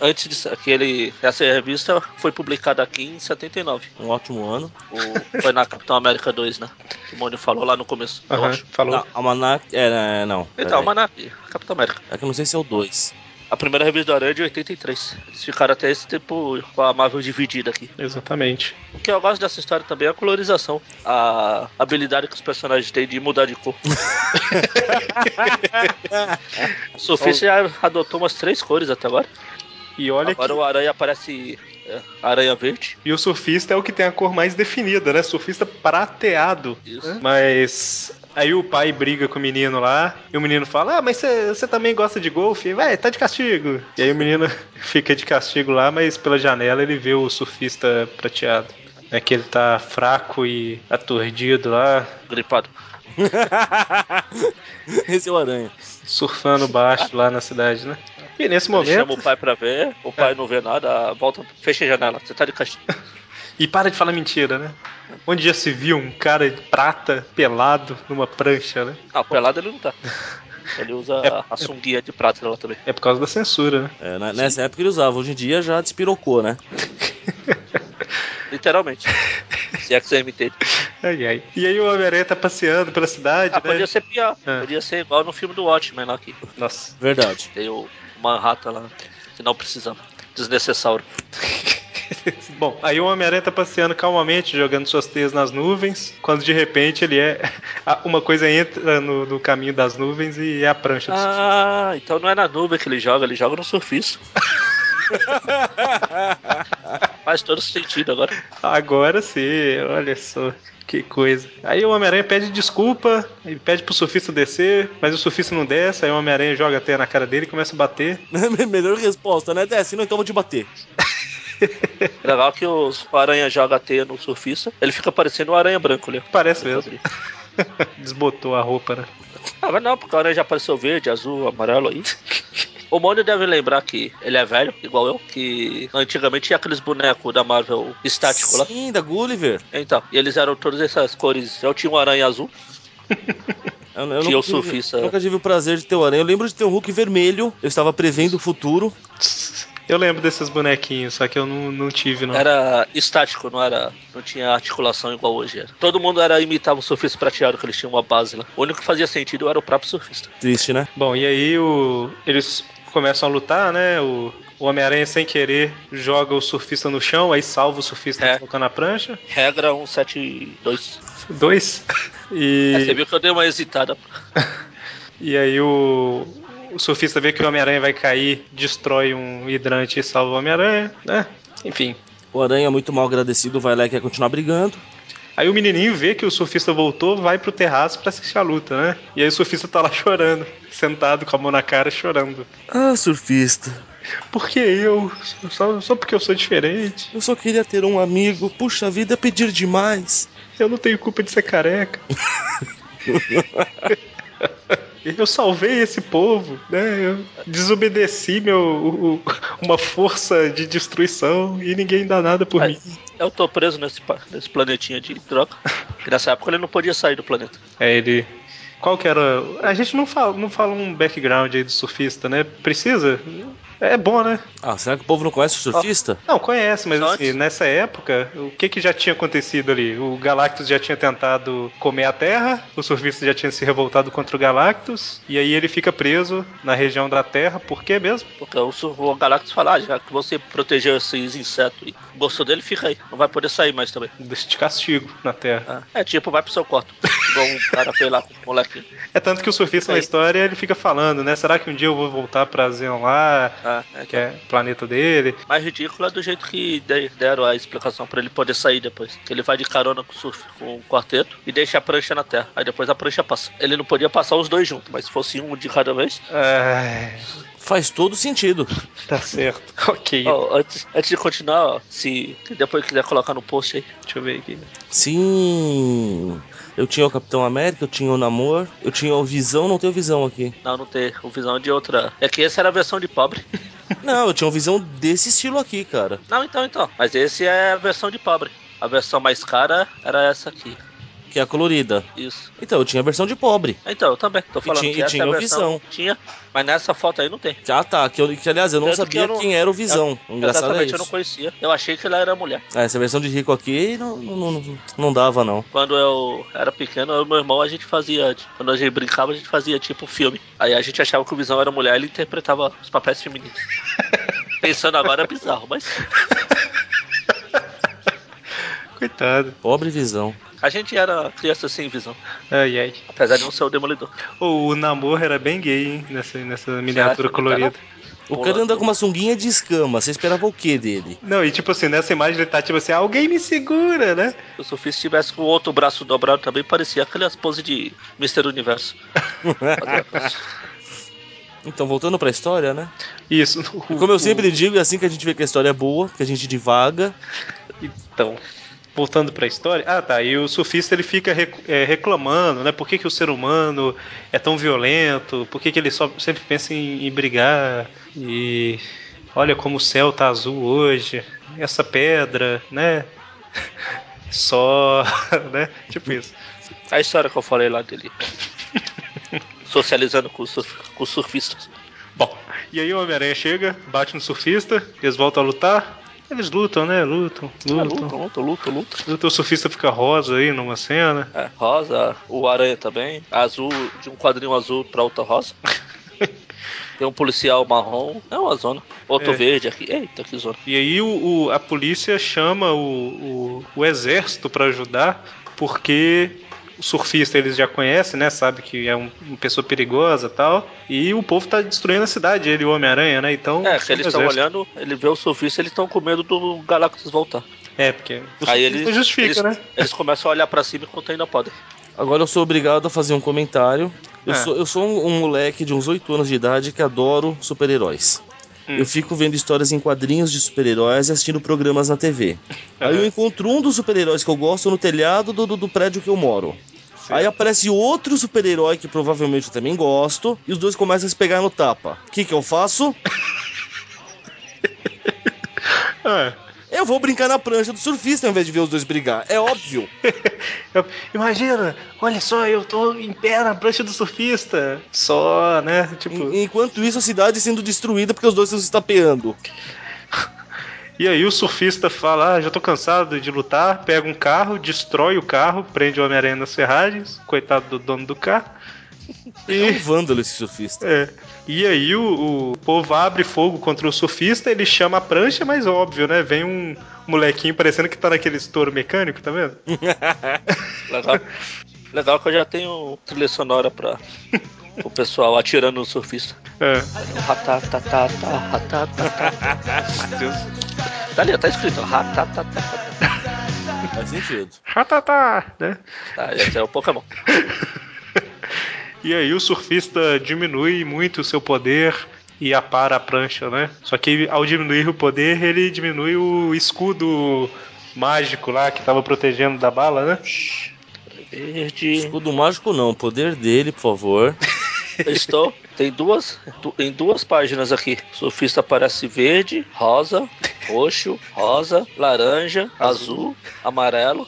C: Antes disso, aqui ele, essa revista foi publicada aqui em 79.
D: Um ótimo ano.
C: O, foi na Capitão América 2, né? Que o Mônio falou lá no começo, eu
B: Aham,
C: acho.
B: falou.
D: Não, Almanac. É, é, não.
C: Então,
D: peraí.
C: mas na Capitão América.
D: É que eu não sei se é o 2.
C: A primeira revista do Aranha é de 83. Eles ficaram até esse tempo com a Marvel dividida aqui.
B: Exatamente.
C: O que eu gosto dessa história também é a colorização. A habilidade que os personagens têm de mudar de cor. o surfista já adotou umas três cores até agora.
B: E olha
C: agora
B: que-
C: o aranha aparece é, aranha verde.
B: E o surfista é o que tem a cor mais definida, né? Surfista prateado.
C: Isso.
B: né? Mas aí o pai briga com o menino lá, e o menino fala: Ah, mas você também gosta de golfe? Vai, tá de castigo. E aí o menino fica de castigo lá, mas pela janela ele vê o surfista prateado. É que ele tá fraco e aturdido lá,
C: Gripado.
D: Esse é o Aranha.
B: surfando baixo lá na cidade, né? E nesse
C: Ele chama
B: momento.
C: o pai pra ver, o pai não vê nada, volta, fecha a janela. Você tá de castigo.
B: E para de falar mentira, né? Onde já se viu um cara de prata pelado numa prancha, né?
C: Ah, pelado ele não tá. Ele usa a- a sunguinha de prata lá também.
B: É por causa da censura, né?
D: É, né, nessa época ele usava, hoje em dia já despirocou, né?
C: Literalmente. Se é que você me entende.
B: Ai, ai. E aí o Homem-Aranha tá passeando pela cidade,
C: Ah,
B: né?
C: podia ser pior.
B: É.
C: Podia ser igual no filme do Watchmen lá aqui.
B: Nossa.
D: Verdade.
C: Tem o Manhattan lá, que não precisamos. Desnecessário.
B: Bom, aí o Homem-Aranha tá passeando calmamente, jogando suas teias nas nuvens, quando de repente ele é. Ah, Uma coisa entra no, no caminho das nuvens e é a prancha. do surfista.
C: Ah, então não é na nuvem que ele joga, ele joga no surfista. Faz todo sentido agora.
B: Agora sim, olha só. Que coisa. Aí o Homem-Aranha pede desculpa, ele pede pro surfista descer, mas o surfista não desce, aí o Homem-Aranha joga a teia na cara dele e começa a bater.
D: Melhor resposta, né? Desce, não acabo de bater.
C: É Legal que os o aranha joga a teia no surfista, ele fica parecendo um aranha branco ali.
B: Parece mesmo. Desbotou a roupa, né?
C: Ah, mas não, porque o aranha já apareceu verde, azul, amarelo aí. O Mônio deve lembrar que ele é velho, igual eu, que antigamente tinha aqueles bonecos da Marvel estático lá.
D: Sim, da Gulliver.
C: Então, e eles eram todas essas cores. Eu tinha um aranha azul.
D: Eu,
C: Tinha
D: eu nunca
C: o
D: tive-
C: surfista.
D: Nunca tive o prazer de ter o aranha. Eu lembro de ter um Hulk vermelho. Eu estava prevendo o futuro.
B: Eu lembro desses bonequinhos, só que eu não, não tive, não.
C: Era estático, não era. Não tinha articulação igual hoje era. Todo mundo era imitava o surfista prateado, que eles tinham uma base lá. O único que fazia sentido era o próprio surfista.
D: Triste, né?
B: Bom, e aí o- eles começam a lutar, né? O, o Homem-Aranha, sem querer, joga o surfista no chão, aí salva o surfista
C: É.
B: soltando a prancha.
C: Regra 172.
B: Dois.
C: É, você
B: E,
C: viu que eu dei uma hesitada.
B: e aí o, o surfista vê que o Homem-Aranha vai cair, destrói um hidrante e salva o Homem-Aranha, né? Enfim.
D: O aranha, é muito mal agradecido, vai lá e quer continuar brigando.
B: Aí o menininho vê que o surfista voltou, vai pro terraço pra assistir a luta, né? E aí o surfista tá lá chorando, sentado com a mão na cara, chorando.
D: Ah, surfista.
B: Por que eu? Só, só porque eu sou diferente?
D: Eu só queria ter um amigo. Puxa vida, é pedir demais.
B: Eu não tenho culpa de ser careca. Eu salvei esse povo, né? Eu desobedeci meu, o- o- uma força de destruição e ninguém dá nada por mim.
C: Eu tô preso nesse, pa- nesse planetinha de droga. Que nessa época ele não podia sair do planeta.
B: É, ele. Qual que era. A gente não fala, não fala um background aí do surfista, né? Precisa? É bom, né?
D: Ah, será que o povo não conhece o surfista?
B: Não, conhece, mas
C: Só
B: assim,
C: antes.
B: nessa época, o que que já tinha acontecido ali? O Galactus já tinha tentado comer a Terra, o surfista já tinha se revoltado contra o Galactus, e aí ele fica preso na região da Terra, por quê mesmo?
C: Porque o, su- o Galactus fala, ah, já que você protegeu esses insetos e gostou dele, fica aí. Não vai poder sair mais também.
B: De castigo na Terra.
C: Ah, É tipo, vai pro seu quarto. Igual um cara fez lá com o moleque.
B: É tanto que o surfista na
C: Aí.
B: história ele fica falando, né? Será que um dia eu vou voltar pra Zeon lá,
C: Ah, é
B: que é o planeta dele?
C: mais ridículo é do jeito que de- deram a explicação pra ele poder sair depois. Que ele vai de carona com o, surf, com o quarteto e deixa a prancha na terra. Aí depois a prancha passa. Ele não podia passar os dois juntos, mas se fosse um de cada vez.
B: Ai,
D: Faz todo sentido.
B: tá certo. Oh, ok,
C: Ó, antes, antes de continuar, ó, se depois quiser colocar no post aí.
B: deixa eu ver aqui.
D: Sim. Eu tinha o Capitão América, eu tinha o Namor, eu tinha o Visão, não tenho Visão aqui.
C: Não, não ter o visão de outra. É que essa era a versão de pobre.
D: Não, eu tinha o Visão desse estilo aqui, cara.
C: Não, então, então. Mas esse é a versão de pobre. A versão mais cara era essa aqui.
D: Que é a colorida.
C: Isso.
D: Então, eu tinha a versão de pobre.
C: Então, eu também. Tô falando
D: tinha-
C: que
D: e
C: essa
D: tinha
C: é a
D: o
C: versão. Tinha, mas nessa foto aí não tem.
D: Ah, tá. Que, eu- que, aliás, eu não
C: Tanto que
D: sabia
C: eu não-
D: quem era o Visão. O engraçado é
C: Exatamente, eu não
D: isso.
C: conhecia. Eu achei que ela era mulher.
D: Ah, essa versão de rico aqui não, não, não, não dava, não.
C: Quando eu era pequeno, eu e meu irmão, a gente fazia. tipo, Quando a gente brincava, a gente fazia tipo filme. Aí a gente achava que o Visão era mulher ele interpretava os papéis femininos. Pensando agora é bizarro, mas.
B: Coitado.
D: Pobre Visão.
C: A gente era criança sem visão.
B: Ai, ai.
C: Apesar de não ser o demolidor.
B: Ô, o Namor era bem gay, hein? Nessa, nessa miniatura
C: que tá
B: colorida.
D: O
C: Pô,
D: cara anda
C: lá-
D: com uma sunguinha de escama. Você esperava o que dele?
B: Não, e tipo assim, nessa imagem ele tá tipo assim, alguém me segura, né?
C: Se o Sufis tivesse com o outro braço dobrado também, parecia aquelas poses de Mr. Universo.
D: Então, voltando pra história, né?
B: Isso.
D: E como eu sempre digo, é assim que a gente vê que a história é boa, que a gente divaga.
B: Então, voltando pra história. Ah, tá. E o surfista ele fica rec- é, reclamando, né? Por que, que o ser humano é tão violento? Por que, que ele só sempre pensa em, em brigar? E olha como o céu tá azul hoje. Essa pedra, né? Só, né? Tipo isso.
C: é A história que eu falei lá dele. Socializando com, os surf- com os surfistas.
B: Bom, e aí o Homem-Aranha chega, bate no surfista, eles voltam a lutar. Eles lutam, né? Lutam,
C: Ah,
B: lutam.
C: luta, luta, luta, luta.
B: lutam. O surfista fica rosa aí numa cena.
C: É, rosa, o aranha também. Azul, de um quadrinho azul pra outra rosa. Tem um policial marrom. É uma zona. Outro
B: É.
C: verde aqui. Eita, que zona.
B: E aí o, o- a polícia chama o, o, o exército pra ajudar, porque o surfista eles já conhecem, né? Sabe que é um- uma pessoa perigosa e tal. E o povo tá destruindo a cidade, ele e o Homem-Aranha, né? Então.
C: É, que eles
B: chama o
C: estão
B: exército.
C: olhando, ele vê o surfista, eles estão com medo do Galactus voltar.
B: É, porque. O
C: Aí
B: surfista
C: eles,
B: justifica,
C: eles,
B: né?
C: eles começam a olhar pra cima enquanto ainda podem.
D: Agora eu sou obrigado a fazer um comentário. Eu
B: É.
D: sou, eu sou um, um moleque de uns 8 anos de idade que adoro super-heróis.
B: Hum.
D: Eu fico vendo histórias em quadrinhos de super-heróis e assistindo programas na TV. Aí eu encontro um dos super-heróis que eu gosto no telhado do, do, do prédio que eu moro. Aí aparece outro super-herói que provavelmente eu também gosto, e os dois começam a se pegar no tapa. O que, que eu faço?
B: Ah,
D: Eu vou brincar na prancha do surfista ao invés de ver os dois brigar. É óbvio.
B: eu- imagina, olha só, eu tô em pé na prancha do surfista. Só, né?
C: Uhum.
B: Tipo.
D: En- Enquanto isso, a cidade sendo destruída porque os dois estão se estapeando.
B: E aí o surfista fala: ah, já tô cansado de lutar, pega um carro, destrói o carro, prende o Homem-Aranha nas ferragens, coitado do dono do carro.
D: É um
B: E,
D: vândalo esse surfista.
B: é. e aí o, o povo abre fogo contra o surfista, ele chama a prancha, mas óbvio, né? Vem um molequinho parecendo que tá naquele estouro mecânico, tá vendo?
C: Legal. Legal que eu já tenho trilha sonora pra o pessoal atirando no surfista.
B: É.
C: Ratatatata, ratatatata. Tá ali, tá escrito ratatatata.
D: Faz sentido.
B: Ratatá, né?
C: Tá, esse é o Pokémon.
B: E aí o surfista diminui muito o seu poder e apara a prancha, né? Só que ao diminuir o poder, ele diminui o escudo mágico lá que tava protegendo da bala, né?
C: Verde.
D: Escudo mágico não, poder dele, por favor.
C: Estou. Tem duas. du- Em duas páginas aqui. O surfista aparece verde, rosa, roxo, rosa, laranja, azul, amarelo,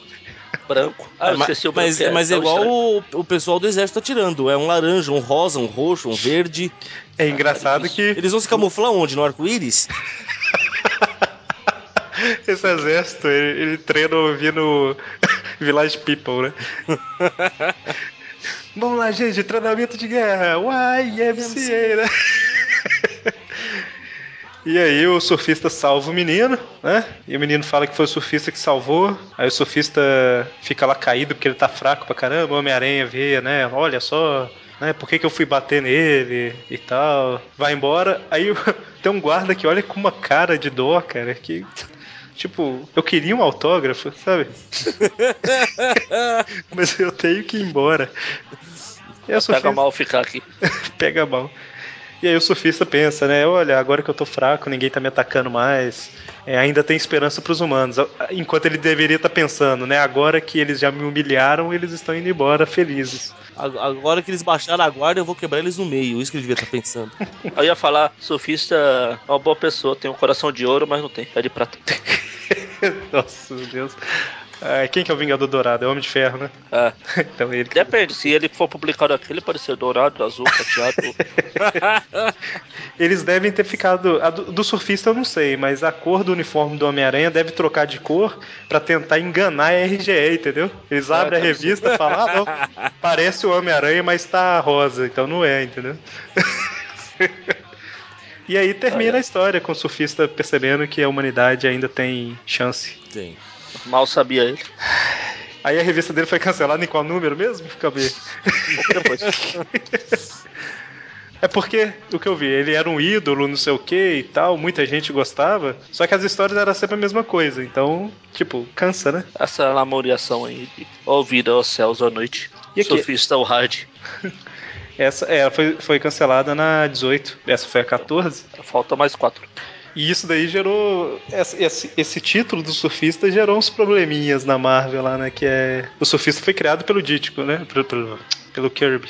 C: branco. Ah, eu
D: Ma-
C: esqueci o branco.
D: mas,
C: que Então,
D: mas é
C: tão
D: igual
C: estranho.
D: o, o pessoal do exército atirando. É um laranja, um rosa, um roxo, um verde.
B: É engraçado que
D: Eles vão se camuflar onde? No arco-íris?
B: esse exército, ele, ele treina ouvindo Village People, né? Vamos lá, gente, treinamento de guerra, YMCA, né? E aí o surfista salva o menino, né? E o menino fala que foi o surfista que salvou. Aí o surfista fica lá caído porque ele tá fraco pra caramba. O Homem-Aranha vê, né? Olha só, né? Por que, que eu fui bater nele e tal. Vai embora. Aí tem um guarda que olha com uma cara de dó, cara, que... Tipo, eu queria um autógrafo, sabe? Mas eu tenho que ir embora. E aí o
C: Pega
B: surfista-
C: mal ficar aqui.
B: pega mal. E aí o surfista pensa, né? Olha, agora que eu tô fraco, ninguém tá me atacando mais. é, ainda tem esperança pros humanos. Enquanto ele deveria estar pensando, né? Agora que eles já me humilharam, eles estão indo embora felizes.
D: A- Agora que eles baixaram a guarda, eu vou quebrar eles no meio. Isso que eu devia estar pensando.
C: Eu ia falar, surfista é uma boa pessoa, tem um coração de ouro, mas não tem, é de prata.
B: Nossa, meu Deus. Ah, quem que é o Vingador Dourado? É o Homem de Ferro, né?
C: É.
B: Então ele que...
C: Depende, se ele for publicado aqui, ele pode ser dourado, azul, prateado.
B: Eles devem ter ficado. a do, do surfista eu não sei, mas a cor do uniforme do Homem-Aranha deve trocar de cor pra tentar enganar a RGE, entendeu? Eles
C: Ah,
B: abrem a
C: tá.
B: revista e falam, ah, não, parece o Homem-Aranha, mas tá rosa, então não é, entendeu? E aí termina a história com o surfista percebendo que a humanidade ainda tem chance.
D: Tem.
C: Mal sabia ele.
B: Aí a revista dele foi cancelada em qual número mesmo? Fica bem.
C: Depois.
B: É porque, o que eu vi, ele era um ídolo, não sei o que e tal, muita gente gostava, só que as histórias eram sempre a mesma coisa, então, tipo, cansa, né?
C: Essa lamoriação aí de ouvida aos céus à noite.
B: E aqui?
C: surfista o hard.
B: Essa é, foi, foi cancelada na 18, essa foi a 14,
C: Falta mais quatro.
B: e isso daí gerou. Esse, esse- esse título do surfista gerou uns probleminhas na Marvel lá, né? Que é. O surfista foi criado pelo Dítico, né? Pelo, pelo, pelo Kirby.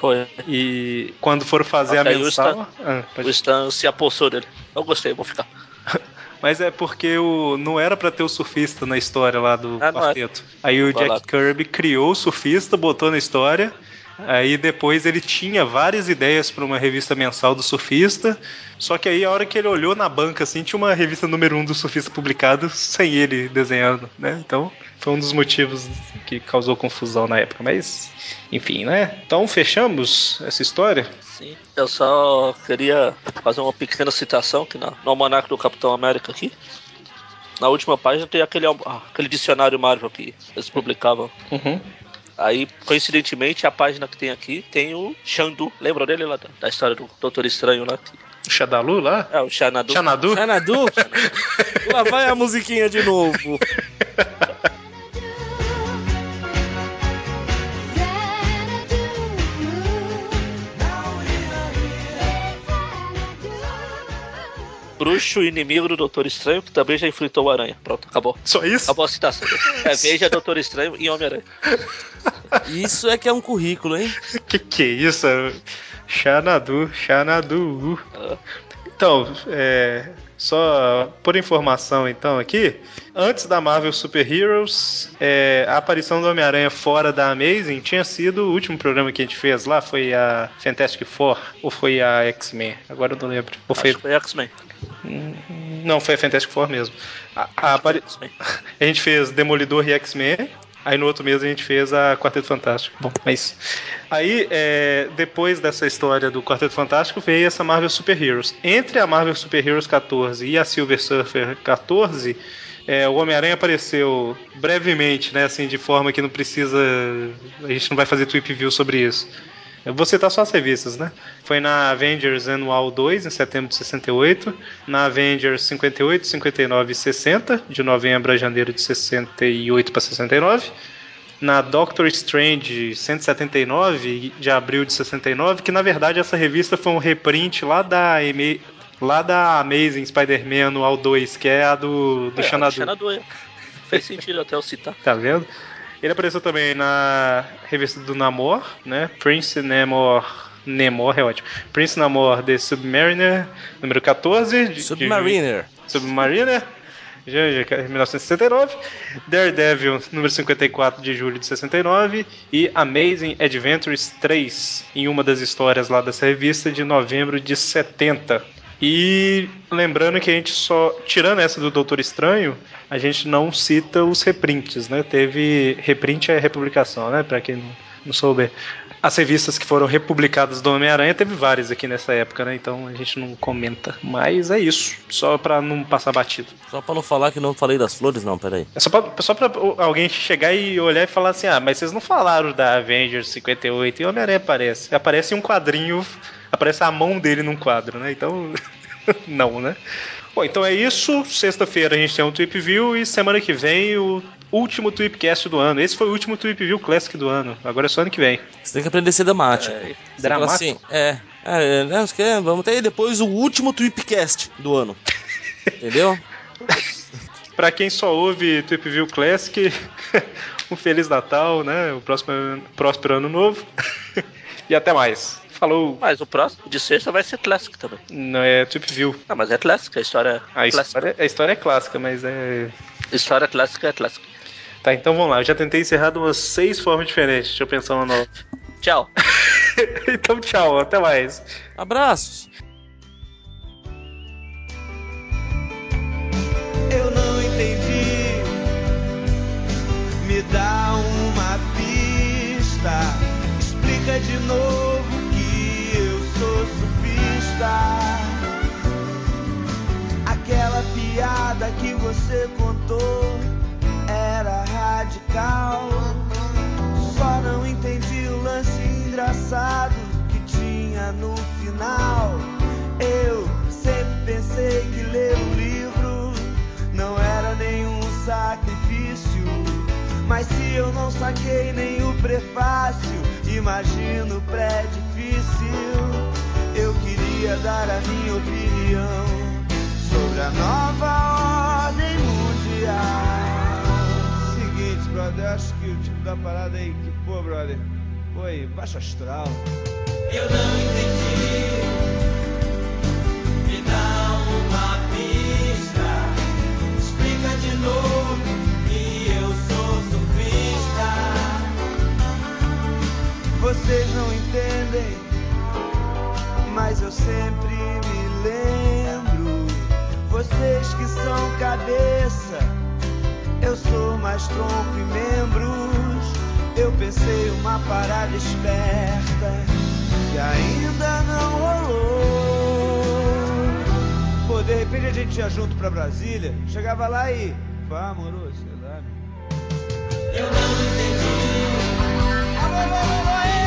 C: Foi.
B: E quando foram fazer
C: Até
B: a
C: aí o
B: mensal. Ah,
C: O
B: pode-
C: Stan se apossou dele. Eu gostei, vou ficar.
B: Mas é porque o, não era pra ter o surfista na história lá do
C: Ah, não era.
B: quarteto. Aí o
C: Vai
B: Jack
C: lá.
B: Kirby criou o surfista, botou na história. Aí depois ele tinha várias ideias pra uma revista mensal do surfista. Só que aí a hora que ele olhou na banca assim, tinha uma revista número 1 um do surfista publicada sem ele desenhando, né? Então, foi um dos motivos que causou confusão na época, mas enfim, né? Então fechamos essa história.
C: Sim. Eu só queria fazer uma pequena citação que na, no almanac do Capitão América aqui. Na última página tem aquele, alm- ah, aquele dicionário Marvel que eles publicavam.
B: Uhum.
C: Aí, coincidentemente, a página que tem aqui tem o Xandu. Lembra dele lá da, da história do Doutor Estranho lá?
B: O Shadalu lá?
C: É, o Xanadu.
B: Xanadu?
D: Xanadu? Lá vai a musiquinha de novo.
C: Bruxo inimigo do Doutor Estranho, que também já enfrentou o Aranha. Pronto, acabou.
B: Só isso?
C: Acabou a citação. É, veja Doutor Estranho e Homem-Aranha.
D: Isso é que é um currículo, hein?
B: que que é isso? Xanadu, Xanadu. Então, é, só por informação então aqui, antes da Marvel Super Heroes, é, a aparição do Homem-Aranha fora da Amazing tinha sido o último programa que a gente fez lá, foi a Fantastic Four, ou foi a X-Men, agora eu não lembro. Ou foi,
C: Acho que foi X-Men.
B: não, foi a Fantastic Four mesmo. A, a apari-
C: X-Men.
B: a gente fez Demolidor e X-Men. Aí no outro mês a gente fez a Quarteto Fantástico. Bom, é isso. Aí, é, depois dessa história do Quarteto Fantástico, veio essa Marvel Super Heroes. Entre a Marvel Super Heroes 14 e a Silver Surfer 14, é, o Homem-Aranha apareceu brevemente, né? Assim, de forma que não precisa. A gente não vai fazer tweet view sobre isso. Eu vou citar só as revistas, né? Foi na Avengers Annual 2, em setembro de 68, na Avengers 58, 59 e 60, de novembro a janeiro de 68 para 69, na Doctor Strange 179, de abril de 69, que na verdade essa revista foi um reprint lá da EMA lá da Amazing Spider-Man Annual 2, que é a do, do
C: É,
B: Xanadu.
C: Xanadu, é. Fez sentido até eu citar.
B: Tá vendo? Ele apareceu também na revista do Namor, né? Prince Namor. Namor é ótimo. Prince Namor The Submariner, número 14. de- de-
D: Submariner.
B: Submariner. de- de 1969, Daredevil número 54 de julho de 69 e Amazing Adventures 3 em uma das histórias lá dessa revista de novembro de 70. E lembrando que a gente só tirando essa do Doutor Estranho, a gente não cita os reprints, né? Teve reprint é republicação, né? Para quem não, não souber. As revistas que foram republicadas do Homem-Aranha teve várias aqui nessa época, né? Então a gente não comenta. Mas é isso. Só pra não passar batido.
D: Só pra não falar que não falei das flores, não, peraí.
B: É só pra, só pra alguém chegar e olhar e falar assim: ah, mas vocês não falaram da Avengers 58 e Homem-Aranha aparece. Aparece um quadrinho, aparece a mão dele num quadro, né? Então, não, né? Bom, então é isso. Sexta-feira a gente tem um Trip View e semana que vem o último Tripcast do ano. Esse foi o último Trip View Classic do ano. Agora é só ano que vem.
D: Você tem que aprender a ser dramático.
C: É,
D: Você fala
B: dramático?
D: Assim, é. É, é, não, você quer- vamos ter depois o último Tweepcast do ano. Entendeu?
B: Pra quem só ouve Trip View Classic, um Feliz Natal, né? O próximo, próspero ano novo. e até mais. Falou!
C: mas o próximo de sexta vai ser Classic também.
B: Não é Trip View.
C: Não, mas é Classic, a história
B: A
C: é clássica.
B: história, a história é clássica, mas é.
C: História clássica é clássica.
B: Tá, então vamos lá. Eu já tentei encerrar de umas seis formas diferentes. Deixa eu pensar uma nova.
C: Tchau.
B: então, tchau, até mais.
D: Abraços.
E: Eu não entendi. Me dá uma pista. Explica de novo que eu sou sufista. Aquela piada que você contou era radical. Só não entendi o lance engraçado que tinha no final. Eu sempre pensei que ler o livro não era nenhum sacrifício. Mas se eu não saquei nem o prefácio, imagino o pré-difícil. Eu queria dar a minha opinião sobre a nova ordem mundial. Seguinte, brother, eu acho que o tipo da parada aí que, pô, brother, foi baixo astral. Eu não entendi. Me dá uma pista, explica de novo que eu sou surfista. Vocês não entendem, mas eu sempre me lembro. Vocês que são cabeça, eu sou mais tronco e membros. Eu pensei uma parada esperta que ainda não rolou. Pô, de repente a gente ia junto pra Brasília, chegava lá e. Pá, moro, sei lá. Eu não entendi. Alô, alô, alô, alô,